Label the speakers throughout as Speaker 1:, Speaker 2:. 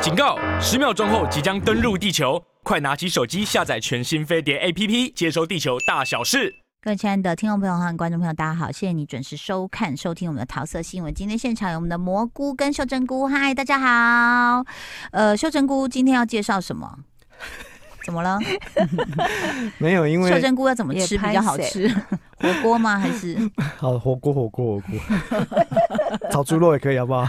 Speaker 1: 警告！十秒钟后即将登陆地球，快拿起手机下载全新飞碟 APP，接收地球大小事。
Speaker 2: 各位亲爱的听众朋友和观众朋友，大家好！谢谢你准时收看、收听我们的桃色新闻。今天现场有我们的蘑菇跟秀珍菇，嗨，大家好。呃，秀珍菇今天要介绍什么？ 怎么了？
Speaker 3: 没有，因
Speaker 2: 秀
Speaker 3: 为
Speaker 2: 珍菇要怎么吃
Speaker 4: 也拍
Speaker 2: 比较好吃？火锅吗？还是
Speaker 3: 好火锅火锅火锅， 炒猪肉也可以，好不好？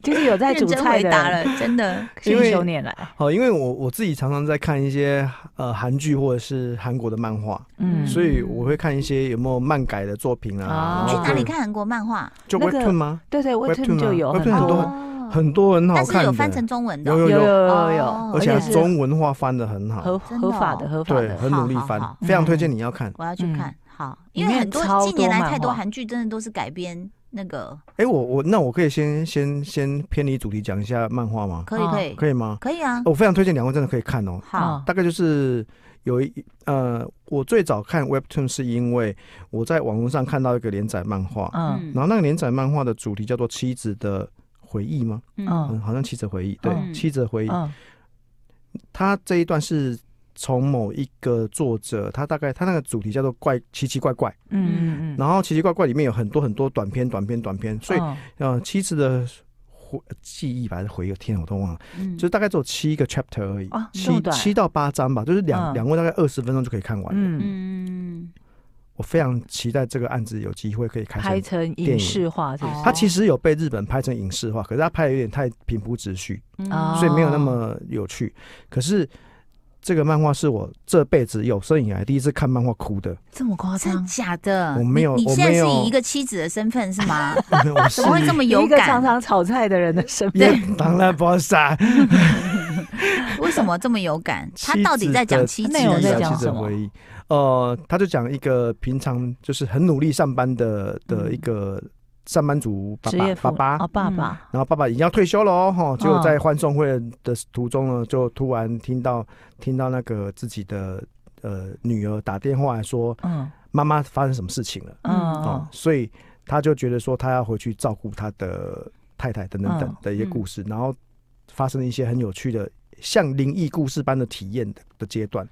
Speaker 4: 就是有 在
Speaker 2: 认
Speaker 4: 煮
Speaker 2: 真
Speaker 4: 菜
Speaker 2: 回
Speaker 4: 的
Speaker 2: 答
Speaker 4: 人，
Speaker 2: 了？真的，
Speaker 3: 因
Speaker 4: 信
Speaker 3: 为
Speaker 4: 手拈来，
Speaker 3: 好，因为我我自己常常在看一些呃韩剧或者是韩国的漫画，
Speaker 4: 嗯，
Speaker 3: 所以我会看一些有没有漫改的作品啊
Speaker 4: 哦。
Speaker 2: 去
Speaker 3: 然后
Speaker 2: 哎哪里看韩国漫画？
Speaker 3: 就？就
Speaker 4: 那个
Speaker 3: Webtoon 吗？
Speaker 4: 对对
Speaker 3: Webtoon
Speaker 4: ，Webtoon
Speaker 3: 啊
Speaker 4: 就有
Speaker 3: Webtoon
Speaker 4: 很
Speaker 3: 很多
Speaker 4: 多，
Speaker 2: 哦
Speaker 3: 很多很好
Speaker 2: 但是有
Speaker 3: 看
Speaker 2: 翻成
Speaker 3: 的，
Speaker 2: 中文的哦。
Speaker 3: 有有
Speaker 4: 有有
Speaker 2: 哦
Speaker 4: 有有，
Speaker 3: 而且
Speaker 2: 而
Speaker 3: 还
Speaker 2: 且
Speaker 4: 是
Speaker 3: 中文化翻的很好，
Speaker 4: 合
Speaker 2: 真的
Speaker 4: 合法的
Speaker 2: 哦
Speaker 4: 合法
Speaker 3: 对，
Speaker 4: 的，
Speaker 3: 很努力
Speaker 2: 好嗯
Speaker 3: 翻
Speaker 2: 好好，
Speaker 3: 非常推荐你要看。
Speaker 2: 我要去
Speaker 4: 嗯
Speaker 2: 看。好，
Speaker 4: 里
Speaker 2: 因为
Speaker 4: 面
Speaker 2: 很多
Speaker 4: 超
Speaker 2: 近年
Speaker 4: 多
Speaker 2: 来
Speaker 4: 漫
Speaker 2: 太多
Speaker 4: 画
Speaker 2: 韩剧真的都是改编那个，
Speaker 3: 哎，我我那我可以先先先偏离主题讲一下漫画吗？
Speaker 2: 可以
Speaker 4: 哦
Speaker 2: 可以
Speaker 3: 可以吗？哦
Speaker 2: 可以啊。
Speaker 3: 我非常推荐两位真的可以看哦，
Speaker 2: 好
Speaker 4: 嗯，
Speaker 3: 大概就是有一呃，我最早看 Webtoon 是因为我在网络上看到一个连载漫画，
Speaker 4: 嗯
Speaker 3: 然后那个连载漫画的主题叫做《妻子的回忆》吗？
Speaker 4: 嗯
Speaker 3: 嗯，好像《妻子的回忆》对，
Speaker 4: 嗯
Speaker 3: 妻子的回忆》
Speaker 4: 嗯
Speaker 3: 它这一段是从某一个作者，他大概他那个主题叫做怪奇奇怪怪，
Speaker 4: 嗯嗯嗯，
Speaker 3: 然后奇奇怪怪里面有很多很多短篇、短篇、短篇，所以
Speaker 4: 嗯
Speaker 3: 呃，妻子的回记忆吧，还是回忆，天啊，我都忘了，
Speaker 2: 嗯
Speaker 3: 就是大概只有七个 chapter 而已。
Speaker 4: 啊，这
Speaker 3: 七
Speaker 4: 么短，
Speaker 3: 七到八章吧，就是两
Speaker 4: 嗯
Speaker 3: 两位大概二十分钟就可以看完了。
Speaker 4: 嗯，
Speaker 2: 嗯，
Speaker 3: 我非常期待这个案子有机会可以开
Speaker 4: 拍
Speaker 3: 成。
Speaker 4: 成
Speaker 3: 电
Speaker 4: 影
Speaker 3: 影
Speaker 4: 视化是不
Speaker 2: 哦
Speaker 4: 是？
Speaker 3: 它其实有被日本拍成影视化，可是它拍的有点太平铺直叙，
Speaker 4: 哦
Speaker 3: 所以没有那么有趣。可是这个漫画是我这辈子有生以来第一次看漫画哭的，
Speaker 4: 这么夸
Speaker 2: 真
Speaker 4: 张，
Speaker 2: 假的？
Speaker 3: 我没有
Speaker 2: 你你
Speaker 3: 我
Speaker 2: 现在
Speaker 3: 没
Speaker 2: 是
Speaker 3: 有
Speaker 2: 以一个妻子的身份是 吗？
Speaker 3: 我是
Speaker 2: 怎么会这么有
Speaker 4: 一个常
Speaker 2: 感？嗯
Speaker 4: 常炒菜的人的身
Speaker 3: 也
Speaker 4: 份，
Speaker 3: 当然不是啊，
Speaker 2: 为什么这么有感？ 他
Speaker 3: 妻子
Speaker 2: 到底在讲
Speaker 3: 的
Speaker 2: 妻子
Speaker 4: 内容在
Speaker 2: 什
Speaker 4: 讲
Speaker 3: 妻子的
Speaker 4: 什么
Speaker 3: 回忆。呃，他就讲一个平常就是很努力上班的的一个上班族爸
Speaker 4: 职
Speaker 3: 爸
Speaker 4: 业妇
Speaker 3: 爸爸
Speaker 4: 啊，爸爸，
Speaker 3: 然后爸爸已经要退休了哦，哈，结果
Speaker 4: 嗯
Speaker 3: 在欢送会的途中呢，就突然听到听到那个自己的呃女儿打电话来说，
Speaker 4: 嗯
Speaker 3: 妈妈发生什么事情了
Speaker 2: 嗯
Speaker 3: 啊、
Speaker 4: 嗯
Speaker 3: 所以他就觉得说他要回去照顾他的太太等等等
Speaker 4: 嗯
Speaker 3: 的一些故事，然后发生了一些很有趣的像灵异故事般的体验的的阶段。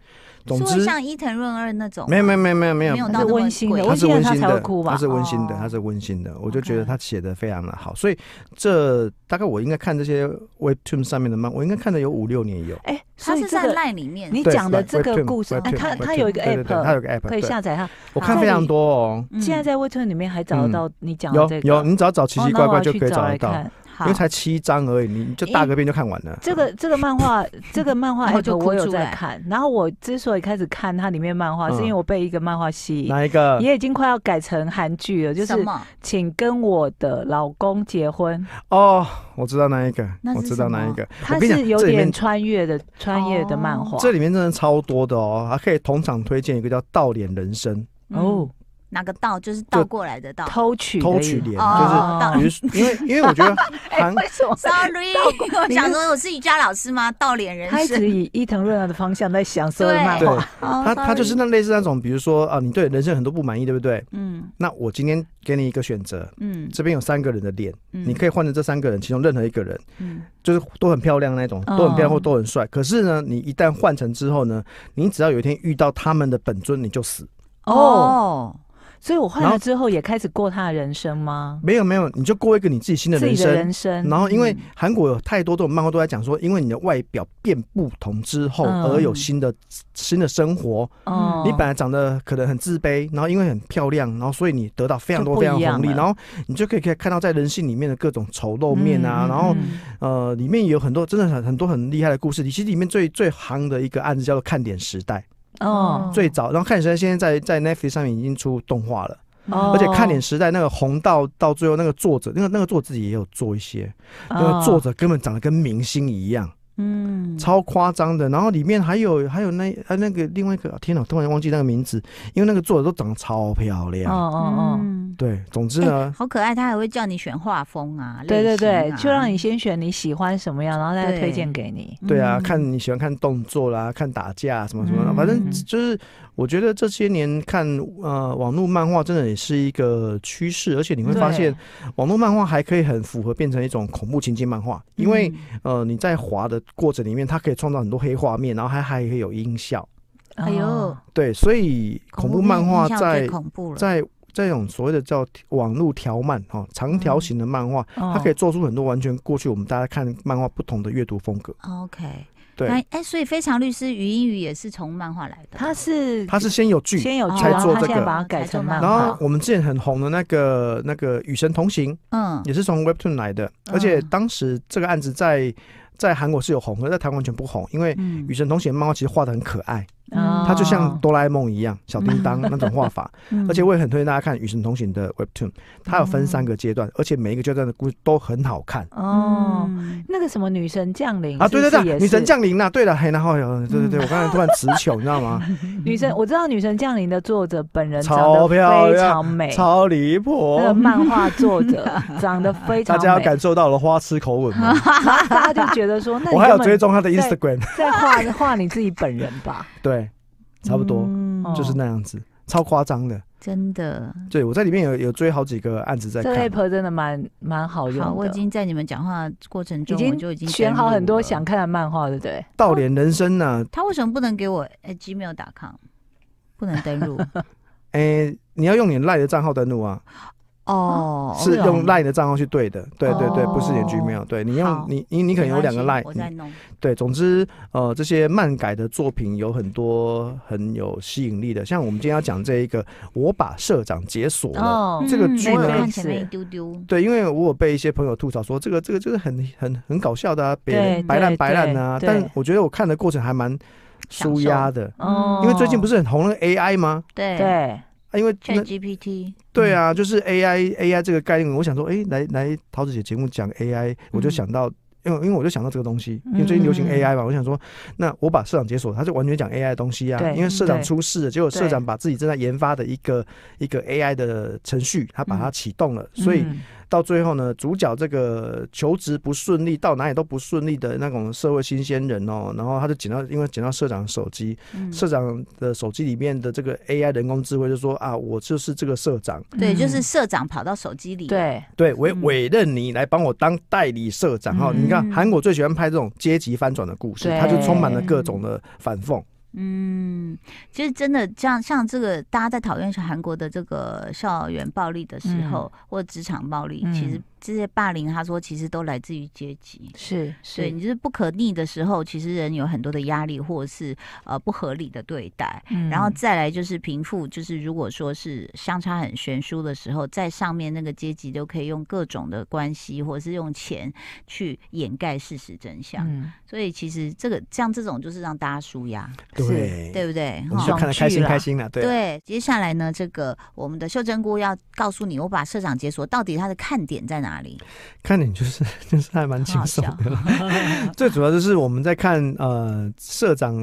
Speaker 3: 总
Speaker 2: 是会
Speaker 3: 之，
Speaker 2: 像伊藤润二那种吗？
Speaker 3: 没有没有没有没有没有
Speaker 2: 没有
Speaker 4: 那
Speaker 2: 到
Speaker 4: 是
Speaker 2: 那么
Speaker 4: 温馨
Speaker 2: 贵
Speaker 4: 的，
Speaker 3: 它
Speaker 4: 温
Speaker 3: 是
Speaker 4: 馨的
Speaker 3: 温
Speaker 4: 他
Speaker 3: 馨
Speaker 4: 才会
Speaker 3: 的，
Speaker 4: 哭吧
Speaker 3: 它？是温馨的，
Speaker 2: 哦
Speaker 3: 它是温馨的，我就
Speaker 2: OK
Speaker 3: 觉得他写的非常的好，所以这大概我应该看这些 Webtoon 上面的漫，我应该看的有五六年有。
Speaker 4: 哎，
Speaker 2: 他
Speaker 4: 所以
Speaker 2: 是
Speaker 4: 这
Speaker 2: 在
Speaker 4: 个
Speaker 2: 赖里面。
Speaker 4: 你
Speaker 3: 对
Speaker 4: 讲的
Speaker 3: 是
Speaker 4: 这个
Speaker 3: Webtoon，
Speaker 4: 故事，哎
Speaker 3: Webtoon，
Speaker 4: 它它
Speaker 3: Webtoon，
Speaker 4: 有一个
Speaker 3: 对对对它
Speaker 4: app
Speaker 3: 有个 app
Speaker 4: 可以
Speaker 3: 对
Speaker 4: 下载它。
Speaker 3: 我看非常多哦，
Speaker 2: 嗯
Speaker 4: 现在在 w e t 里面还找得到你讲
Speaker 3: 嗯
Speaker 4: 的
Speaker 3: 有
Speaker 4: 这个，
Speaker 3: 有，你只要找奇
Speaker 4: 哦
Speaker 3: 奇
Speaker 4: 那
Speaker 3: 怪
Speaker 4: 我
Speaker 3: 怪
Speaker 4: 要
Speaker 3: 就
Speaker 4: 去
Speaker 3: 可以找
Speaker 4: 找来
Speaker 3: 得到，
Speaker 4: 看
Speaker 2: 好
Speaker 3: 因为才七章而已，你你就大个便就看完了。
Speaker 4: 这个这个漫 画，这个漫画
Speaker 2: 然后就
Speaker 4: app
Speaker 2: 哭
Speaker 4: 我有
Speaker 2: 出
Speaker 4: 在
Speaker 2: 来
Speaker 4: 看。然后我之所以开始看它里面漫画，
Speaker 3: 嗯
Speaker 4: 是因为我被一个漫画吸引，
Speaker 3: 哪一个？
Speaker 4: 也已经快要改成韩剧了，就
Speaker 2: 什
Speaker 4: 是
Speaker 2: 么？
Speaker 4: 请跟我的老公结婚。
Speaker 3: 哦，我知道哪一个
Speaker 2: 那，是
Speaker 3: 我知道哪一个。
Speaker 4: 它
Speaker 3: 我跟你
Speaker 4: 是
Speaker 3: 讲，
Speaker 4: 有
Speaker 3: 这里
Speaker 4: 点啊
Speaker 3: 面
Speaker 4: 穿越
Speaker 2: 哦
Speaker 4: 的穿越的漫画。
Speaker 3: 这里面真的超多的哦，还可以同场推荐一个叫《倒脸人生
Speaker 4: 哦，
Speaker 2: 哪个道？就是倒过来的道。
Speaker 4: 偷取》，的
Speaker 3: 偷
Speaker 4: 意
Speaker 3: 取
Speaker 4: 思
Speaker 3: 脸，
Speaker 2: 哦
Speaker 3: 就是比如说因为因为我觉得
Speaker 4: 哎，
Speaker 3: 韩
Speaker 4: 为什么？
Speaker 2: Sorry，我想说我是瑜伽老师吗？倒脸人
Speaker 4: 他一
Speaker 2: 生。
Speaker 4: 直以伊藤润二的方向在想所有的漫
Speaker 3: 对
Speaker 4: 画。
Speaker 2: 他
Speaker 3: 他他就是那类似那种，比如说啊，你对人生很多不满意，对不对？
Speaker 2: 嗯
Speaker 3: 那我今天给你一个选择，
Speaker 2: 嗯
Speaker 3: 这边有三个人的脸，
Speaker 2: 嗯，
Speaker 3: 你可以换成这三个人其中任何一个人，
Speaker 2: 嗯
Speaker 3: 就是都很漂亮那种，
Speaker 4: 嗯
Speaker 3: 都很漂亮或都很帅。可是呢，你一旦换成之后呢，你只要有一天遇到他们的本尊，你就死。
Speaker 4: 哦，
Speaker 2: 哦，
Speaker 4: 所以我换
Speaker 3: 然
Speaker 4: 了
Speaker 3: 后
Speaker 4: 之后也开始过他的人生吗？
Speaker 3: 没有没有，你就过一个你自己新的
Speaker 4: 自
Speaker 3: 人
Speaker 4: 己的
Speaker 3: 生。
Speaker 4: 人生，
Speaker 3: 然后，因为
Speaker 2: 嗯
Speaker 3: 韩国有太多这种漫画都在讲说，因为你的外表变不同之后，
Speaker 4: 嗯
Speaker 3: 而有新的新的生活。
Speaker 4: 哦
Speaker 3: 你本来长得可能很自卑，然后因为很漂亮，然后所以你得到非常多
Speaker 4: 就不
Speaker 3: 非
Speaker 4: 一
Speaker 3: 常
Speaker 4: 样
Speaker 3: 红利，
Speaker 4: 了
Speaker 3: 然后你就可以可以看到在人性里面的各种丑陋面啊，
Speaker 4: 嗯嗯
Speaker 3: 然后
Speaker 4: 嗯
Speaker 3: 呃里面也有很多真的很很多很厉害的故事。其实里面最最行的一个案子叫做《看点时代》，
Speaker 4: 哦
Speaker 3: 最早，然后《看点时代》现在在在 Netflix 上面已经出动画了，
Speaker 4: 哦
Speaker 3: 而且《看点时代》那个红到到最后那个作者，那个那个作者自己也有做一些，那
Speaker 4: 哦
Speaker 3: 个作者根本长得跟明星一样。
Speaker 2: 嗯，
Speaker 3: 超夸张的。然后里面还有还有那啊那个另外一个，天哪，我突然忘记那个名字，因为那个作者都长得超漂亮。
Speaker 4: 哦哦哦，
Speaker 2: 嗯嗯，
Speaker 3: 对，总之
Speaker 2: 哎
Speaker 3: 呢，
Speaker 2: 好可爱，他还会叫你选画风啊，
Speaker 4: 对对对
Speaker 2: 类型，啊
Speaker 4: 就让你先选你喜欢什么样，然后再
Speaker 2: 对
Speaker 4: 推荐给你。
Speaker 3: 对啊，
Speaker 2: 嗯
Speaker 3: 看你喜欢看动作啦，看打架什么什么的，
Speaker 4: 嗯
Speaker 3: 反正就是我觉得这些年看呃网络漫画真的也是一个趋势，而且你会发现网络漫画还可以很符合变成一种恐怖情境漫画，因
Speaker 4: 嗯
Speaker 3: 为、呃你在滑的过程里面，它可以创造很多黑画面，然后还还可以有音效，
Speaker 4: 哦
Speaker 2: 哎呦，
Speaker 3: 对，所以恐怖
Speaker 2: 片
Speaker 3: 漫画
Speaker 2: 印象最
Speaker 3: 在
Speaker 2: 恐怖了，
Speaker 3: 在这种所谓的叫网络条漫哈、哦长条
Speaker 2: 嗯
Speaker 3: 型的漫画，它
Speaker 2: 哦
Speaker 3: 可以
Speaker 4: 以
Speaker 3: 做出很多完全过去我们大家看漫画不同的阅读风格。
Speaker 2: OK，
Speaker 3: 对
Speaker 2: 那，哎、所以《非常律师于英语》也是从漫画来的，
Speaker 4: 他是
Speaker 3: 它是先有剧，
Speaker 4: 先有剧，
Speaker 3: 才
Speaker 4: 然后
Speaker 3: 做
Speaker 4: 他
Speaker 3: 这
Speaker 4: 现在
Speaker 3: 个
Speaker 4: 把它改成漫
Speaker 2: 啊
Speaker 3: 然后
Speaker 4: 画。
Speaker 3: 我们之前很红的那个那个《与神同行》
Speaker 2: 嗯，
Speaker 3: 也是从 Webtoon 来的，
Speaker 2: 嗯
Speaker 3: 而且当时这个案子在在韩国是有红，可是在台湾完全不红，因为。
Speaker 2: 嗯
Speaker 3: 与神同行的漫画其实画的很可爱，
Speaker 2: 嗯
Speaker 3: 它就像
Speaker 4: 哦
Speaker 3: 哆啦 A 梦一样，小 叮当那种画法。
Speaker 2: 嗯哦
Speaker 3: 而且我也很推荐大家看《与神同行》的 Webtoon，它有分三个阶段，而且每一个阶段的故事都很好看
Speaker 4: 哦，
Speaker 2: 嗯
Speaker 4: 那个什么女神降临
Speaker 3: 啊！对对
Speaker 4: 嗯是不是也
Speaker 3: 对，
Speaker 4: 是
Speaker 3: 女神降临啦，对了，嘿，然后有对对对，
Speaker 4: 嗯
Speaker 3: 我刚才突然词穷，你知道 吗？
Speaker 4: 女神，我知道女神降临的作者本人
Speaker 3: 超
Speaker 4: 长得
Speaker 3: 漂
Speaker 4: 非
Speaker 3: 亮
Speaker 4: 常美，
Speaker 3: 超离
Speaker 4: 那个
Speaker 3: 谱，
Speaker 4: 漫画作 者长得非常
Speaker 3: 大
Speaker 4: 美，
Speaker 3: 家有感受到了花痴口吻吗？
Speaker 4: 大家就觉得说，那你
Speaker 3: 我还有
Speaker 4: 根本
Speaker 3: 追踪他的
Speaker 4: 在
Speaker 3: Instagram，
Speaker 4: 在画画你自己本人吧。
Speaker 3: 对，差不多、
Speaker 2: 嗯
Speaker 4: 哦
Speaker 3: 就是那样子，超夸张的。
Speaker 2: 真的。
Speaker 3: 对我在里面有有追好几个案子在
Speaker 4: 这类
Speaker 3: 看，
Speaker 4: p 真的蛮蛮好用的。
Speaker 2: 好，我已经在你们讲话的过程
Speaker 4: 已
Speaker 2: 中，我就已
Speaker 4: 经
Speaker 2: 经
Speaker 4: 选
Speaker 2: 登
Speaker 4: 好
Speaker 2: 录
Speaker 4: 很多
Speaker 2: 了
Speaker 4: 想看的漫画，对不对？
Speaker 3: 道脸人生啊呢、
Speaker 2: 他为什么不能给我哎 at gmail.com？不能登 录
Speaker 3: 诶，哎你要用你赖的账号登录啊，
Speaker 2: 哦，
Speaker 3: 是
Speaker 4: 哦
Speaker 3: 用赖的账号去对的，对对对，
Speaker 2: 哦
Speaker 3: 不是点 Gmail，对你
Speaker 2: 好
Speaker 3: 用你你你可能有两个
Speaker 2: 没
Speaker 3: 赖
Speaker 2: 关系，我在弄。
Speaker 3: 对，总之呃这些漫改的作品有很多很有吸引力的，像我们今天要讲这一个，我把社长解锁了。
Speaker 4: 哦，
Speaker 3: 这个
Speaker 2: 嗯
Speaker 3: 剧
Speaker 2: 我有
Speaker 3: 呢
Speaker 2: 看前面一丢丢，
Speaker 3: 对，因为我有被一些朋友吐槽说，这个这个就是很很很搞笑的啊，
Speaker 4: 对
Speaker 3: 白白烂
Speaker 4: 对
Speaker 3: 白烂啊。
Speaker 4: 对
Speaker 3: 但我觉得我看的过程还蛮
Speaker 2: 享
Speaker 3: 舒
Speaker 2: 受
Speaker 3: 压的，
Speaker 4: 哦
Speaker 3: 因为最近不是很红那个 AI 吗？
Speaker 2: 嗯对
Speaker 4: 对，
Speaker 3: 啊，因为那
Speaker 2: Chat
Speaker 4: 哦
Speaker 2: GPT，
Speaker 3: 对
Speaker 4: 嗯
Speaker 3: 啊，就是 AI AI 这个概念，我想说，哎，来来桃子姐节目讲 AI，我就
Speaker 4: 嗯
Speaker 3: 想到。因为因为我就想到这个东西，因为最近流行
Speaker 4: 嗯
Speaker 3: AI 嘛，我想说，那我把社长解锁，他就完全讲 AI 的东西啊。
Speaker 4: 对
Speaker 3: 因为社长
Speaker 4: 对
Speaker 3: 出事了，结果社
Speaker 4: 对
Speaker 3: 长把自己正在研发的一个一个 AI 的程序，他把它启动了，所以
Speaker 4: 嗯
Speaker 3: 到最后呢，主角这个求职不顺利，到哪里都不顺利的那种社会新鲜人哦，然后他就捡到，因为捡到社长的手机，
Speaker 2: 嗯，
Speaker 3: 社长的手机里面的这个 AI 人工智慧就说啊，我就是这个社长，
Speaker 2: 对，就是
Speaker 4: 嗯
Speaker 2: 社长跑到手机里，，
Speaker 4: 对，
Speaker 3: 对委
Speaker 4: 嗯
Speaker 3: 委任你来帮我当代理社长哈、哦。
Speaker 4: 嗯
Speaker 3: 你看韩国最喜欢拍这种阶级翻转的故事，
Speaker 4: 对
Speaker 3: 它就充满了各种的反讽。
Speaker 2: 嗯，其实真的像像这个，大家在讨论韩国的这个校园暴力的时候，或职场暴力，
Speaker 4: 嗯
Speaker 2: 其实这些霸凌，他说其实都来自于阶级。
Speaker 4: 是是
Speaker 2: 对，你就是不可逆的时候，其实人有很多的压力，或者是呃不合理的对待。
Speaker 4: 嗯
Speaker 2: 然后再来就是贫富，就是如果说是相差很悬殊的时候，在上面那个阶级都可以用各种的关系，或者是用钱去掩盖事实真相。
Speaker 4: 嗯
Speaker 2: 所以其实这个像这种就是让大家舒压，
Speaker 4: 是
Speaker 3: 对，
Speaker 2: 对不对？
Speaker 3: 哎我们
Speaker 2: 哈
Speaker 3: 就看得开
Speaker 4: 爽剧啊
Speaker 3: 心
Speaker 4: 啦
Speaker 3: 开心了，啊对。
Speaker 2: 对，接下来呢，这个我们的秀珍菇要告诉你，我把社长解锁到底它的看点在哪里？
Speaker 3: 看点就是 就是还蛮轻松的啦。 最主要就是我们在看呃社长，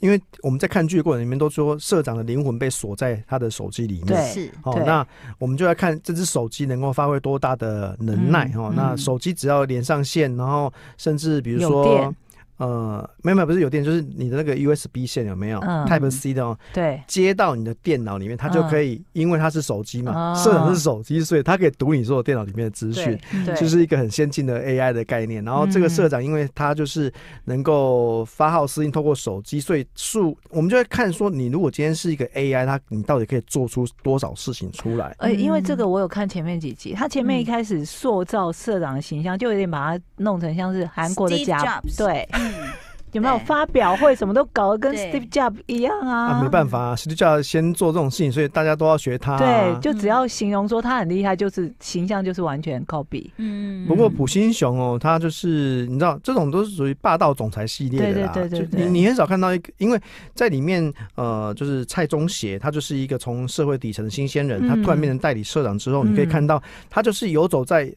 Speaker 3: 因为我们在看剧的过程里面都说社长的灵魂被锁在他的手机里面。
Speaker 4: 对
Speaker 2: 是，
Speaker 3: 哦
Speaker 4: 对，
Speaker 3: 那我们就来看这只手机能够发挥多大的能耐、
Speaker 4: 嗯
Speaker 3: 哦
Speaker 2: 嗯。
Speaker 3: 那手机只要连上线，然后甚至比如
Speaker 4: 有
Speaker 3: 说
Speaker 4: 电。
Speaker 3: 呃，没有没有，不是有电，就是你的那个 USB 线有没有、
Speaker 4: 嗯
Speaker 3: Type C 的哦，
Speaker 4: 对
Speaker 3: 接到你的电脑里面，它就可以，因为它是手机嘛，
Speaker 4: 哦
Speaker 3: 社长是手机，所以它可以读你所有电脑里面的资讯
Speaker 4: 对。对，嗯
Speaker 3: 就是一个很先进的 AI 的概念。然后这个社长，因为他就是能够发号施令，透过手机，所以数我们就会看说，你如果今天是一个 AI，它你到底可以做出多少事情出来？
Speaker 4: 呃，因为这
Speaker 2: 嗯
Speaker 4: 个我有看前面几集，他前面
Speaker 2: 嗯
Speaker 4: 一开始塑造社长的形象，就有点把他弄成像是韩国的
Speaker 2: Steve
Speaker 4: 家
Speaker 2: Jobs
Speaker 4: 对，
Speaker 2: 嗯，
Speaker 4: 有没有
Speaker 2: 对
Speaker 4: 发表会什么都搞得跟
Speaker 2: 对
Speaker 4: Steve Jobs 一样啊？
Speaker 3: 啊，没办法、啊，就叫先做这种事情，所以大家都要学他、
Speaker 4: 对，
Speaker 3: 啊。
Speaker 4: 就
Speaker 2: 嗯
Speaker 4: 只要形容说他很厉害，就是形象就是完全 copy。
Speaker 2: 嗯
Speaker 3: 不过普星雄哦，他就是你知道，这种都是属于霸道总裁系列的啦。
Speaker 4: 对对对对
Speaker 3: 就
Speaker 4: 对
Speaker 3: 你你很少看到一个，因为在里面呃，就是蔡宗协，他就是一个从社会底层的新鲜人，他
Speaker 4: 嗯
Speaker 3: 突然变成代理社长之后，你可以
Speaker 4: 嗯
Speaker 3: 看到他就是游走在。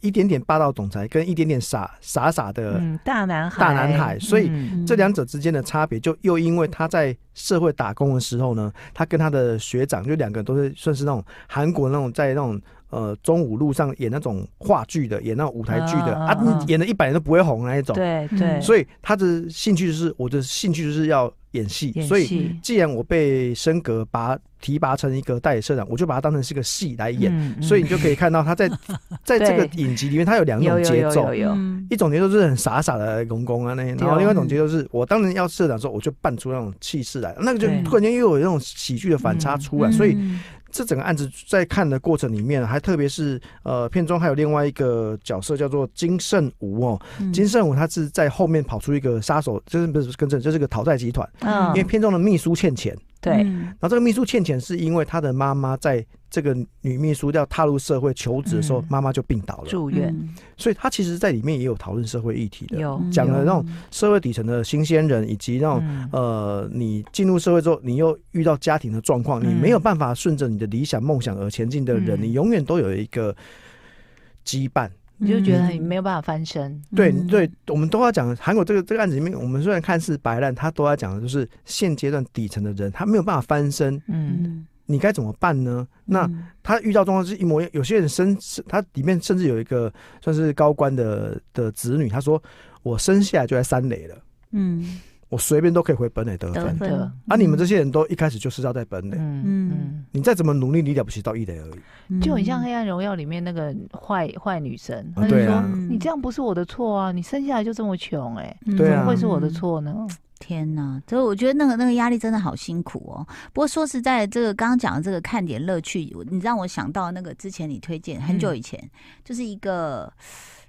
Speaker 3: 一点点霸道总裁跟一点点傻傻傻的
Speaker 4: 嗯，大男孩，
Speaker 3: 大男孩所以
Speaker 4: 嗯
Speaker 3: 这两者之间的差别，就又因为他在社会打工的时候呢，他跟他的学长就两个都是算是那种韩国那种在那种呃中午路上演那种话剧的，演那种舞台剧的
Speaker 4: 嗯
Speaker 3: 啊
Speaker 4: 嗯嗯，
Speaker 3: 演了一百年都不会红那一种。
Speaker 4: 对
Speaker 2: 嗯
Speaker 4: 对，
Speaker 3: 所以他的兴趣就是我的兴趣就是要演戏，
Speaker 4: 演
Speaker 3: 所以
Speaker 4: 戏
Speaker 3: 既然我被升格拔提拔成一个代理社长，我就把它当成是个戏来演。
Speaker 4: 嗯
Speaker 3: 所以
Speaker 4: 嗯
Speaker 3: 你就可以看到他 在在这个影集里面，他有两种
Speaker 4: 有有
Speaker 3: 节
Speaker 4: 有
Speaker 3: 奏
Speaker 4: 有，有
Speaker 2: 嗯
Speaker 3: 一种节奏就是很傻傻的公公啊那，
Speaker 4: 对哦
Speaker 3: 然后另外一种
Speaker 2: 嗯
Speaker 3: 节奏是我当然要社长的时候，我就扮出那种气势来，那个就
Speaker 4: 对
Speaker 3: 突然间又有那种喜剧的反差
Speaker 4: 嗯
Speaker 3: 出来，啊所以
Speaker 2: 嗯
Speaker 3: 这整个案子在看的过程里面，还特别是呃片中还有另外一个角色叫做金圣武哦，
Speaker 2: 嗯
Speaker 3: 金圣武他是在后面跑出一个杀手，就是不是跟着就是个讨债集团，
Speaker 4: 嗯
Speaker 3: 因为片中的秘书欠钱，
Speaker 4: 对
Speaker 2: 嗯
Speaker 3: 然后这个秘书欠钱是因为他的妈妈在这个女秘书要踏入社会求职的时候
Speaker 4: 嗯，
Speaker 3: 妈妈就病倒了，
Speaker 4: 住院
Speaker 2: 嗯
Speaker 3: 所以他其实在里面也有讨论社会议题的，
Speaker 4: 有
Speaker 3: 讲了那种
Speaker 2: 嗯
Speaker 3: 社会底层的新鲜人，以及那种
Speaker 4: 嗯
Speaker 3: 呃，你进入社会之后，你又遇到家庭的状况，你
Speaker 4: 嗯
Speaker 3: 没有办法顺着你的理想梦想而前进的人，
Speaker 4: 嗯
Speaker 3: 你永远都有一个羁绊。
Speaker 4: 你就觉得你
Speaker 2: 嗯
Speaker 4: 没有办法翻身，
Speaker 3: 对
Speaker 2: 嗯
Speaker 3: 对，我们都要讲韩国这个这个案子里面，我们虽然看似白烂，他都要讲的就是现阶段底层的人，他没有办法翻身，
Speaker 4: 嗯，
Speaker 2: 嗯
Speaker 3: 你该怎么办呢？那
Speaker 2: 嗯
Speaker 3: 他遇到状况是一模一样，有些人生是他里面甚至有一个算是高官的的子女，他说我生下来就在三垒了，
Speaker 2: 嗯
Speaker 3: 我随便都可以回本垒得
Speaker 2: 得
Speaker 3: 分。
Speaker 2: 分
Speaker 4: 的
Speaker 3: 啊，你们这些人都一开始就是要在本垒，
Speaker 4: 嗯
Speaker 2: 嗯
Speaker 4: 嗯。
Speaker 3: 你再怎么努力，你了不起到一垒而已。
Speaker 4: 就很像《黑暗荣耀》里面那个坏坏女生，
Speaker 3: 啊
Speaker 4: 她就
Speaker 3: 对
Speaker 4: 说
Speaker 3: 啊
Speaker 2: 嗯
Speaker 4: 你这样不是我的错啊，你生下来就这么穷，哎，
Speaker 3: 对
Speaker 4: 怎
Speaker 3: 啊
Speaker 4: 么会是我的
Speaker 2: 嗯
Speaker 4: 错呢？
Speaker 2: 天呐，所以我觉得那个那个压力真的好辛苦哦。不过说实在，这个刚刚讲的这个看点乐趣，我你让我想到那个之前你推荐很
Speaker 4: 嗯
Speaker 2: 久以前，就是一个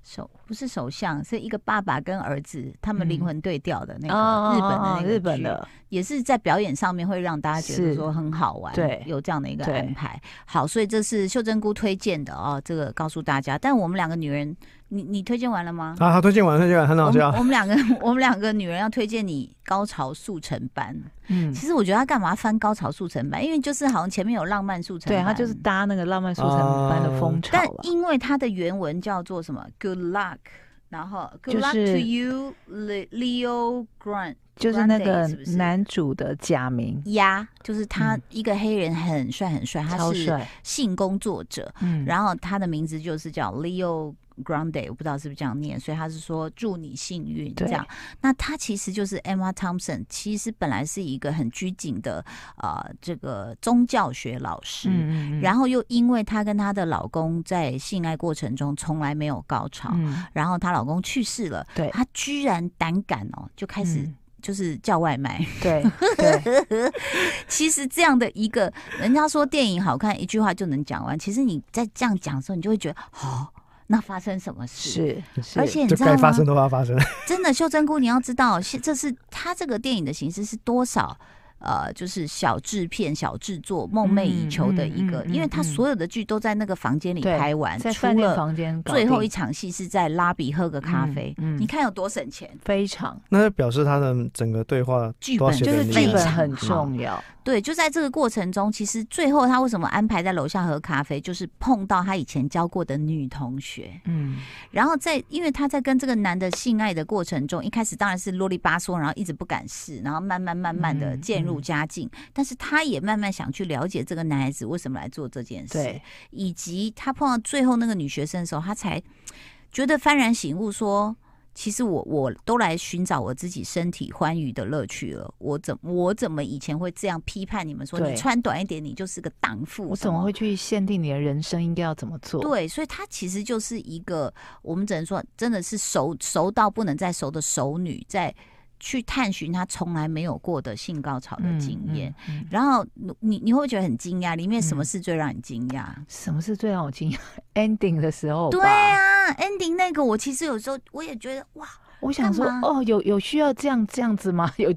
Speaker 2: 首不是首相，是一个爸爸跟儿子他们
Speaker 4: 嗯
Speaker 2: 灵魂对调的那个、
Speaker 4: 哦
Speaker 2: 日本的
Speaker 4: 哦
Speaker 2: 那
Speaker 4: 哦
Speaker 2: 个
Speaker 4: 日本
Speaker 2: 剧，
Speaker 4: 的，
Speaker 2: 也是在表演上面会让大家觉得
Speaker 4: 是
Speaker 2: 说很好玩，
Speaker 4: 对
Speaker 2: 有这样的一个
Speaker 4: 对
Speaker 2: 安排。好，所以这是秀珍菇推荐的哦，这个告诉大家。但我们两个女人，你你推荐完了吗？
Speaker 3: 啊，好，推荐完，推荐完，很好
Speaker 2: 我们
Speaker 3: 笑。
Speaker 2: 我们两个， 我们两个女人要推荐你高潮速成班。
Speaker 4: 嗯，
Speaker 2: 其实我觉得他干嘛翻高潮速成班？因为就是好像前面有浪漫速成
Speaker 4: 对
Speaker 2: 班，
Speaker 4: 他就是搭那个浪漫速成班的风潮啊
Speaker 2: 但
Speaker 4: 吧，
Speaker 2: 因为它的原文叫做什么？Good luck，然后 Good
Speaker 4: 就
Speaker 2: luck to
Speaker 4: 是
Speaker 2: you, Le- Leo Grant。
Speaker 4: 就是那个
Speaker 2: Grande 是不是
Speaker 4: 男主的假名，
Speaker 2: 呀，就是他
Speaker 4: 嗯
Speaker 2: 一个黑人，很帅很帅，他
Speaker 4: 超
Speaker 2: 是
Speaker 4: 帅，
Speaker 2: 性工作者，
Speaker 4: 嗯，
Speaker 2: 然后他的名字就是叫 Leo Grande，我不知道是不是这样念，所以他是说祝你幸运这
Speaker 4: 对
Speaker 2: 样。那他其实就是 Emma Thompson，其实本来是一个很拘谨的呃这个宗教学老师，
Speaker 4: 嗯嗯嗯，
Speaker 2: 然后又因为她跟她的老公在性爱过程中从来没有高潮，
Speaker 4: 嗯，
Speaker 2: 然后她老公去世了，
Speaker 4: 对
Speaker 2: 她居然胆敢哦，就开始
Speaker 4: 嗯
Speaker 2: 就是叫外卖。
Speaker 4: 对对，
Speaker 2: 其实这样的一个，人家说电影好看，一句话就能讲完。其实你在这样讲的时候，你就会觉得，哦，那发生什么事？
Speaker 4: 是是，
Speaker 2: 而且你
Speaker 3: 就
Speaker 2: 知道
Speaker 3: 该发
Speaker 2: 吗？
Speaker 3: 生的话发生，
Speaker 2: 真的，秀珍菇，你要知道，现这是他这个电影的形式是多少？呃，就是小制片、小制作梦寐以求的一个，
Speaker 4: 嗯嗯嗯
Speaker 2: 因为他
Speaker 4: 嗯
Speaker 2: 所有的剧都在那个房间里
Speaker 4: 对
Speaker 2: 拍完，
Speaker 4: 在
Speaker 2: 除
Speaker 4: 饭店
Speaker 2: 了
Speaker 4: 房间搞
Speaker 2: 最后
Speaker 4: 定
Speaker 2: 一场戏是在拉比喝个咖啡，
Speaker 4: 嗯嗯
Speaker 2: 你看有多省钱。
Speaker 4: 非常
Speaker 3: 那就表示他的整个对话
Speaker 2: 剧
Speaker 3: 都要
Speaker 2: 本
Speaker 3: 写
Speaker 4: 就
Speaker 3: 得
Speaker 4: 是
Speaker 3: 很厉嗯
Speaker 4: 剧
Speaker 3: 害
Speaker 4: 本
Speaker 2: 常
Speaker 4: 很
Speaker 2: 好
Speaker 4: 重要，
Speaker 2: 对，就在这个过程中，其实最后他为什么安排在楼下喝咖啡，就是碰到他以前教过的女同学。
Speaker 4: 嗯，
Speaker 2: 然后在，因为他在跟这个男的性爱的过程中，一开始当然是啰里吧嗦，然后一直不敢试，然后慢慢慢慢的
Speaker 4: 嗯
Speaker 2: 渐入
Speaker 4: 嗯
Speaker 2: 佳境。但是他也慢慢想去了解这个男孩子为什么来做这件事
Speaker 4: 对，，
Speaker 2: 以及他碰到最后那个女学生的时候，他才觉得幡然醒悟说。其实我我都来寻找我自己身体欢愉的乐趣了，我怎我怎么以前会这样批判你们说
Speaker 4: 对
Speaker 2: 你穿短一点你就是个荡妇？
Speaker 4: 我怎么会去限定你的人生应该要怎么做？
Speaker 2: 对，所以她其实就是一个，我们只能说真的是熟熟到不能再熟的熟女，在去探寻她从来没有过的性高潮的
Speaker 4: 嗯
Speaker 2: 经验。，
Speaker 4: 嗯嗯
Speaker 2: 然后你你你会不会觉得很惊讶？里面什么
Speaker 4: 嗯
Speaker 2: 事最让你惊讶？
Speaker 4: 什么是最让我惊讶？ending 的时候吧，
Speaker 2: 对啊，ending 那个，我其实有时候我也觉得哇，
Speaker 4: 我想说
Speaker 2: 干，嘛
Speaker 4: 哦，有有需要这样这样子吗？有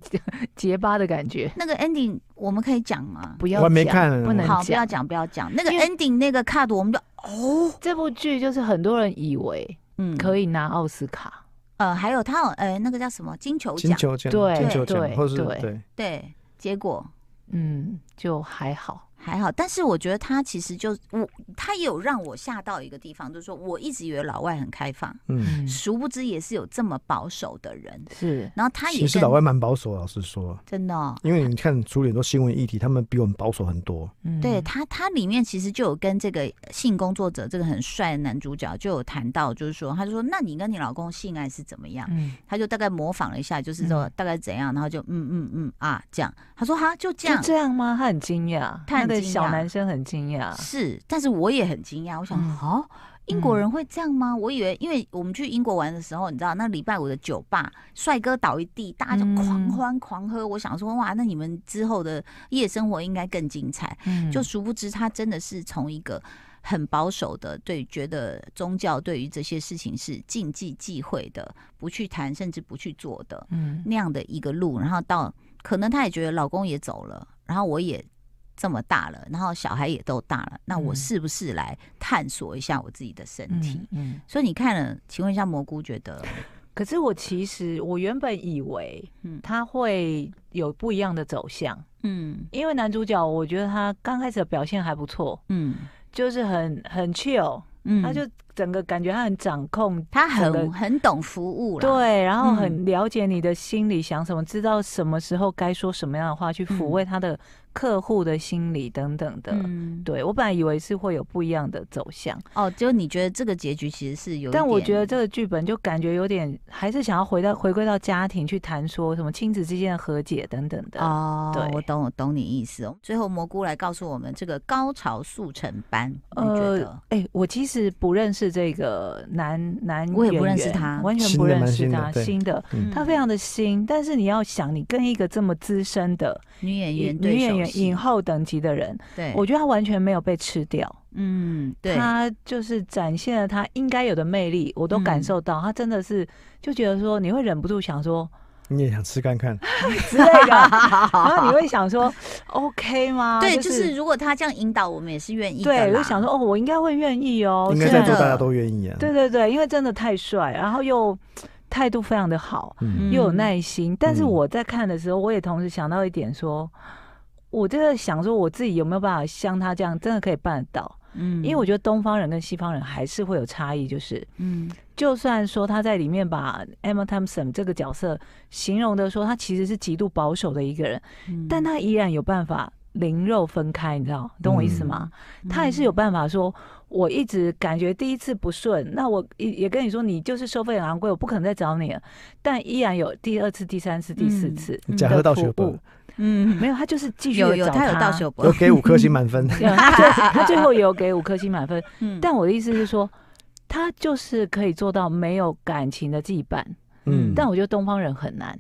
Speaker 4: 结巴的感觉，
Speaker 2: 那个 ending 我们可以讲吗？
Speaker 4: 不要
Speaker 3: 我还没
Speaker 4: 讲
Speaker 3: 看
Speaker 4: 不能
Speaker 2: 好，不要。讲，不要讲。那个
Speaker 4: 因为
Speaker 2: ending 那个 cut，我们就哦，
Speaker 4: 这部剧就是很多人以为
Speaker 2: 嗯，
Speaker 4: 可
Speaker 2: 以。
Speaker 4: 以拿奥斯卡，
Speaker 2: 呃，还有他有呃那个叫什么金球
Speaker 3: 金
Speaker 2: 奖，
Speaker 3: 球奖、
Speaker 4: 对
Speaker 3: 金球奖，
Speaker 4: 对
Speaker 3: 或是
Speaker 4: 对
Speaker 3: 对
Speaker 2: 对，结果
Speaker 4: 嗯，就还好，
Speaker 2: 还好，但是我觉得他其实就我，他也有让我吓到一个地方，就是说我一直以为老外很开放，
Speaker 3: 嗯，
Speaker 4: 嗯
Speaker 2: 殊不知也是有这么保守的人。
Speaker 4: 是
Speaker 2: 然后他也
Speaker 3: 其实
Speaker 2: 跟
Speaker 3: 老外蛮保守，老实说，
Speaker 2: 真的哦、
Speaker 3: 因为你看处理很多新闻议题，他们比我们保守很多。
Speaker 4: 嗯
Speaker 2: 对他，他里面其实就有跟这个性工作者这个很帅的男主角就有谈到，就是说，他就说，那你跟你老公性爱是怎么样？
Speaker 4: 嗯
Speaker 2: 他就大概模仿了一下，就是说
Speaker 4: 嗯
Speaker 2: 大概怎样，然后就嗯嗯嗯啊这样。他说哈就这
Speaker 4: 就
Speaker 2: 样
Speaker 4: 这样吗？他很惊讶，
Speaker 2: 他很
Speaker 4: 那个
Speaker 2: 惊
Speaker 4: 小
Speaker 2: 讶
Speaker 4: 男生很惊讶，
Speaker 2: 是，但是我也很惊讶，我想
Speaker 4: 嗯
Speaker 2: 哦。英国人会这样吗？我以为，因为我们去英国玩的时候，你知道那礼拜五的酒吧，帅哥倒一地，大家就狂
Speaker 4: 嗯
Speaker 2: 欢狂喝。我想说，哇，那你们之后的夜生活应该更精彩。
Speaker 4: 嗯
Speaker 2: 就殊不知他真的是从一个很保守的，对觉得宗教对于这些事情是禁忌忌讳的，不去谈甚至不去做的
Speaker 4: 嗯
Speaker 2: 那样的一个路，然后到可能他也觉得老公也走了，然后我也。这么大了，然后小孩也都大了，那我
Speaker 4: 嗯
Speaker 2: 是不是来探索一下我自己的身体？
Speaker 4: 嗯嗯。
Speaker 2: 所以你看了，请问一下蘑菇觉得，
Speaker 4: 可是我其实我原本以为
Speaker 2: 嗯
Speaker 4: 他会有不一样的走向，
Speaker 2: 嗯
Speaker 4: 因为男主角我觉得他刚开始的表现还不错，
Speaker 2: 嗯
Speaker 4: 就是很很 chill，
Speaker 2: 嗯，
Speaker 4: 他就整个感觉他很掌控。
Speaker 2: 他很
Speaker 4: 整个
Speaker 2: 很懂服务了，
Speaker 4: 对，然后
Speaker 2: 嗯
Speaker 4: 很了解你的心里想什么，知道什么时候该说什么样的话去抚
Speaker 2: 嗯
Speaker 4: 慰他的客户的心理等等的。
Speaker 2: 嗯，
Speaker 4: 对我本来以为是会有不一样的走向，
Speaker 2: 哦，就你觉得这个结局其实是有一点，
Speaker 4: 但我觉得这个剧本就感觉有点还是想要回到回归到家庭去谈说什么亲子之间的和解等等的。
Speaker 2: 哦，
Speaker 4: 对
Speaker 2: 我懂，我懂你意思哦。最后蘑菇来告诉我们这个高潮速成班，你觉
Speaker 4: 呃
Speaker 2: 得？，
Speaker 4: 哎、我其实不认识这个男男演员，
Speaker 2: 我也不认识他
Speaker 4: 完全
Speaker 3: 新
Speaker 4: 不
Speaker 3: 的
Speaker 4: 认
Speaker 3: 蛮
Speaker 4: 识
Speaker 3: 新的
Speaker 4: 他，
Speaker 3: 对
Speaker 4: 新的，
Speaker 3: 嗯
Speaker 4: 他非常的新。但是你要想，你跟一个这么资深的
Speaker 2: 女演员对
Speaker 4: 女演
Speaker 2: 手
Speaker 4: 员、
Speaker 2: 戏
Speaker 4: 影，后等级的人，
Speaker 2: 对，
Speaker 4: 我觉得他完全没有被吃掉，
Speaker 2: 嗯，对，
Speaker 4: 他就是展现了他应该有的魅力，我都感
Speaker 2: 嗯
Speaker 4: 受到。他真的是就觉得说，你会忍不住想说
Speaker 3: 你也想吃看看？
Speaker 4: 之类 的，然后你会想说，OK 吗？
Speaker 2: 对，就是。如果他这样引导，我们也是愿意的啦。
Speaker 4: 对，我就想说，哦，我应该会愿意哦。
Speaker 3: 应该
Speaker 4: 真
Speaker 3: 在
Speaker 4: 的
Speaker 3: 座大家都愿意啊。
Speaker 4: 对，对对，因为真的太帅，然后又态度非常的好，
Speaker 3: 嗯，
Speaker 4: 又有
Speaker 2: 嗯
Speaker 4: 耐心。但是
Speaker 3: 嗯
Speaker 4: 我在看的时候，我也同时想到一点说。我就在想说，我自己有没有办法像他这样，真的可以办得到？
Speaker 2: 嗯
Speaker 4: 因为我觉得东方人跟西方人还是会有差异，就是
Speaker 2: 嗯
Speaker 4: 就算说他在里面把 Emma Thompson 这个角色形容的说，他其实是极度保守的一个人，
Speaker 2: 嗯
Speaker 4: 但他依然有办法灵肉分开，你知道，懂我意思吗？他还是有办法说，我一直感觉第一次不顺，那我也也跟你说，你就是收费很昂贵，我不可能再找你了，但依然有第二次、第三次、第四次。
Speaker 2: 嗯
Speaker 3: 假
Speaker 4: 的
Speaker 3: 喝到
Speaker 4: 服
Speaker 3: 血本
Speaker 4: 务，
Speaker 2: 嗯
Speaker 4: 没有，他就是继续
Speaker 2: 有
Speaker 4: 地
Speaker 2: 有
Speaker 4: 找他
Speaker 2: 有到手
Speaker 3: 我
Speaker 2: 博，
Speaker 3: 给五颗星满分。
Speaker 4: 对他他最后有给五颗星满分，
Speaker 2: 嗯
Speaker 4: 但我的意思是说，他就是可以做到没有感情的羁绊，
Speaker 3: 嗯，
Speaker 4: 但我觉得东方人很难。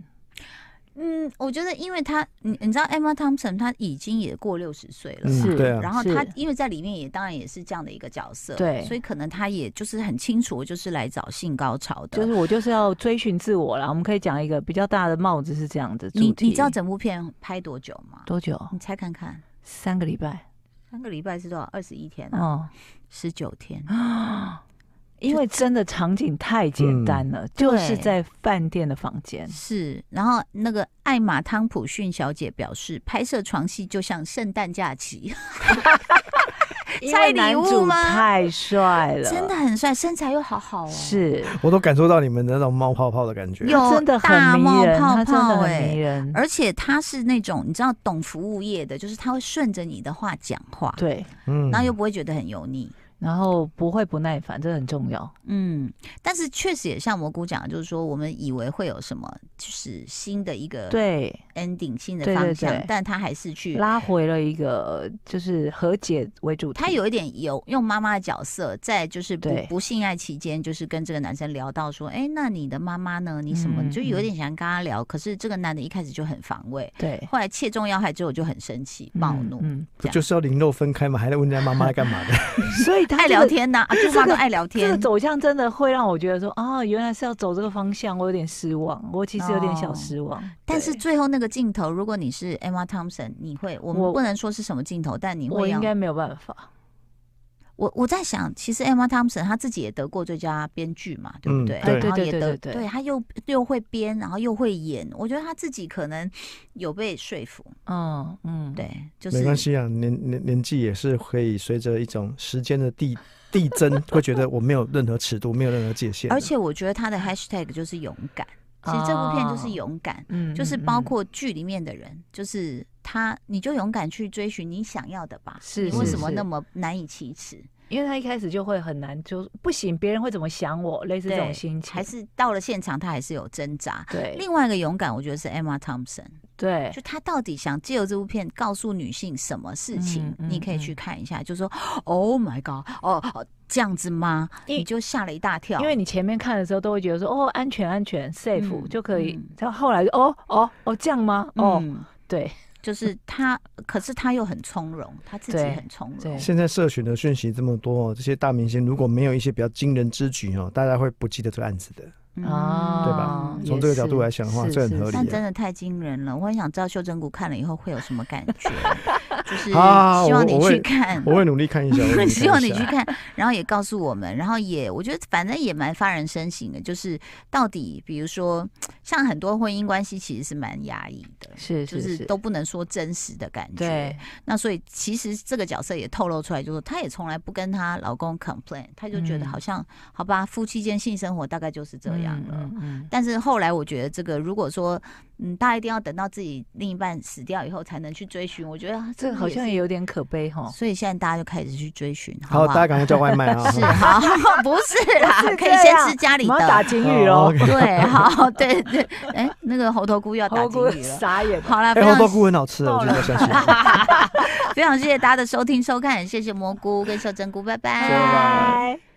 Speaker 2: 嗯，我觉得因为他，你你知道 Emma Thompson 她已经也过六十岁了嘛，
Speaker 4: 是
Speaker 3: 嗯，对
Speaker 2: 然
Speaker 3: 啊，
Speaker 2: 后他
Speaker 4: 是
Speaker 2: 因为在里面也当然也是这样的一个角色，
Speaker 4: 对
Speaker 2: 所以可能他也就是很清楚，我就是来找性高潮的。
Speaker 4: 就是我就是要追寻自我啦，我们可以讲一个比较大的帽子是这样的主
Speaker 2: 你
Speaker 4: 题。
Speaker 2: 你知道整部片拍多久吗？
Speaker 4: 多久？
Speaker 2: 你猜看看，
Speaker 4: 三个礼拜。
Speaker 2: 三个礼拜是多少？二十一天啊，
Speaker 4: 哦，
Speaker 2: 十九天。
Speaker 4: 因为真的场景太简单了，就是在饭店的房间。
Speaker 2: 是，然后那个艾玛汤普逊小姐表示，拍摄床戏就像圣诞假期，
Speaker 4: 因为
Speaker 2: 礼
Speaker 4: 男
Speaker 2: 物
Speaker 4: 主
Speaker 2: 吗
Speaker 4: 太帅了，
Speaker 2: 真的很帅，身材又好好哦。。
Speaker 4: 是
Speaker 3: 我都感受到你们的那种冒泡泡的感觉。
Speaker 2: 有
Speaker 4: 真的
Speaker 2: 大
Speaker 4: 很迷
Speaker 2: 冒
Speaker 4: 人，
Speaker 2: 泡
Speaker 4: 他真的
Speaker 2: 泡
Speaker 4: 很
Speaker 2: 欸
Speaker 4: 迷人。
Speaker 2: 而且他是那种你知道懂服务业的，就是他会顺着你的话讲话，
Speaker 4: 对，
Speaker 3: 嗯
Speaker 2: 然后又不会觉得很油腻。
Speaker 4: 然后不会不耐烦，这很重要。
Speaker 2: 嗯，但是确实也像蘑菇讲的，就是说我们以为会有什么，就是新的一个
Speaker 4: 对，
Speaker 2: ending 新的
Speaker 4: 对对
Speaker 2: 方向，
Speaker 4: 对
Speaker 2: 但他还是去，
Speaker 4: 拉回了一个就是和解为主题。
Speaker 2: 他有一点有用妈妈的角色，在就是不
Speaker 4: 对
Speaker 2: 不性爱期间，就是跟这个男生聊到说，哎，那你的妈妈呢？你什么？
Speaker 4: 嗯
Speaker 2: 就有点想跟他聊，可是这个男的一开始就很防卫，
Speaker 4: 对
Speaker 2: 后来切中要害之后就很生气暴怒，
Speaker 4: 嗯，
Speaker 3: 不就是要零肉分开嘛，还在问人家妈妈在干嘛的？
Speaker 4: 嗯所以他
Speaker 2: 爱
Speaker 4: 这个
Speaker 2: 聊。 天呐、啊，就妈
Speaker 4: 这
Speaker 2: 都
Speaker 4: 个
Speaker 2: 爱聊
Speaker 4: 这
Speaker 2: 天
Speaker 4: 个。走向真的会让我觉得说啊，原来是要走这个方向，我有点失望。我其实有点小
Speaker 2: 哦
Speaker 4: 失望，
Speaker 2: 但是
Speaker 4: 对
Speaker 2: 最后那个镜头，如果你是 Emma Thompson，你会，我们
Speaker 4: 我
Speaker 2: 不能说是什么镜头，但你
Speaker 4: 我
Speaker 2: 会要
Speaker 4: 应该没有办法。
Speaker 2: 我我在想，其实 Emma Thompson 她自己也得过最佳编剧嘛，对不
Speaker 3: 嗯
Speaker 2: 对？
Speaker 3: 对
Speaker 2: 然后也
Speaker 4: 对对
Speaker 2: 得，
Speaker 4: 对对对
Speaker 2: 她又又会编，然后又会演，我觉得她自己可能有被说服。
Speaker 4: 嗯嗯，
Speaker 2: 对，就是
Speaker 3: 没关系啊，年年年纪也是可以随着一种时间的递递增， 会觉得我没有任何尺度，没有任何界限的。啊
Speaker 2: 而且我觉得他的 hashtag 就是勇敢，其实这部片就
Speaker 3: 哦
Speaker 2: 是勇敢，
Speaker 4: 嗯，嗯，
Speaker 2: 就是包
Speaker 4: 嗯
Speaker 2: 括剧里面的人，就是他，你就勇敢去追寻你想要的吧。
Speaker 4: 是
Speaker 2: 你为
Speaker 3: 是
Speaker 2: 什么
Speaker 4: 是
Speaker 2: 那么难以启齿？
Speaker 4: 因为他一开始就会很难，就不行，别人会怎么想我，类似这种心情，
Speaker 2: 还是到了现场，他还是有挣扎。
Speaker 4: 对
Speaker 2: 另外一个勇敢，我觉得是 Emma Thompson，
Speaker 4: 对
Speaker 2: 就她到底想借由这部片告诉女性什么事情？
Speaker 4: 嗯嗯
Speaker 2: 你可以
Speaker 4: 嗯
Speaker 2: 去看一下，就说 Oh my God，哦哦，这样子吗？
Speaker 4: 因
Speaker 2: 你就吓了一大跳，
Speaker 4: 因为你前面看的时候都会觉得说哦安全安全 safe、
Speaker 2: 嗯
Speaker 4: 就可以
Speaker 2: 嗯，
Speaker 4: 然后后来就哦哦哦这样吗？哦、
Speaker 2: 嗯
Speaker 4: 对
Speaker 2: 就是他，可是他又很从容，他自己
Speaker 4: 对
Speaker 2: 很从容
Speaker 4: 对。
Speaker 3: 现在社群的讯息这么多哦，这些大明星如果没有一些比较惊人之举哦，大家会不记得这个案子的。
Speaker 2: 嗯
Speaker 4: 啊
Speaker 3: 对吧
Speaker 4: 也
Speaker 3: 从这个角度
Speaker 4: 是
Speaker 3: 来想的话
Speaker 4: 是
Speaker 3: 这很
Speaker 4: 是
Speaker 3: 合理
Speaker 2: 那
Speaker 3: 耶
Speaker 2: 真的太惊人了，我很想知道袖珍谷看了以后会有什么感觉， 就是希
Speaker 3: 好
Speaker 2: 望你
Speaker 3: 啊我我
Speaker 2: 去
Speaker 3: 会
Speaker 2: 看，
Speaker 3: 我会努力看一下，我会 努力
Speaker 2: 希望
Speaker 3: 看一
Speaker 2: 你
Speaker 3: 下
Speaker 2: 去
Speaker 4: 啊
Speaker 2: 看，然后也告诉我们，然后也我觉得反正也蛮发人深省的，就是到底比如说像很多婚姻关系其实是蛮压抑的，
Speaker 4: 是
Speaker 2: 就是是
Speaker 4: 是
Speaker 2: 都不能说真实的感觉，
Speaker 4: 对，
Speaker 2: 那所以其实这个角色也透露出来，就是她也从来不跟她老公 complain，她就觉得
Speaker 4: 嗯
Speaker 2: 好像、好吧，夫妻间性生活大概就是这样了。
Speaker 4: 嗯嗯
Speaker 2: 但是后来我觉得这个，如果说嗯，大家一定要等到自己另一半死掉以后才能去追寻，我觉得啊
Speaker 4: 这个好像也。有点可悲哈
Speaker 2: 是。所以现在大家就开始去追寻，
Speaker 3: 好，
Speaker 2: 好不
Speaker 3: 大家赶快叫外卖啊！
Speaker 2: 是好， 不是啦，
Speaker 4: 是
Speaker 2: 可以
Speaker 4: 这
Speaker 2: 先
Speaker 4: 样
Speaker 2: 吃家里
Speaker 4: 我们要打
Speaker 2: 的。
Speaker 4: 金鱼
Speaker 3: 哦
Speaker 4: 哦，
Speaker 3: ，OK
Speaker 2: 对，好，对对，哎，那个猴头菇要打
Speaker 4: 我
Speaker 2: 金
Speaker 4: 估
Speaker 2: 鱼了。
Speaker 4: 傻眼。
Speaker 2: 好了，非
Speaker 3: 哎，红
Speaker 2: 常
Speaker 3: 豆菇很好吃的，
Speaker 4: 爆
Speaker 3: 我真的相信。
Speaker 2: 非常谢谢大家的收听收看，谢谢蘑菇跟秀珍菇，拜拜。
Speaker 3: 拜拜。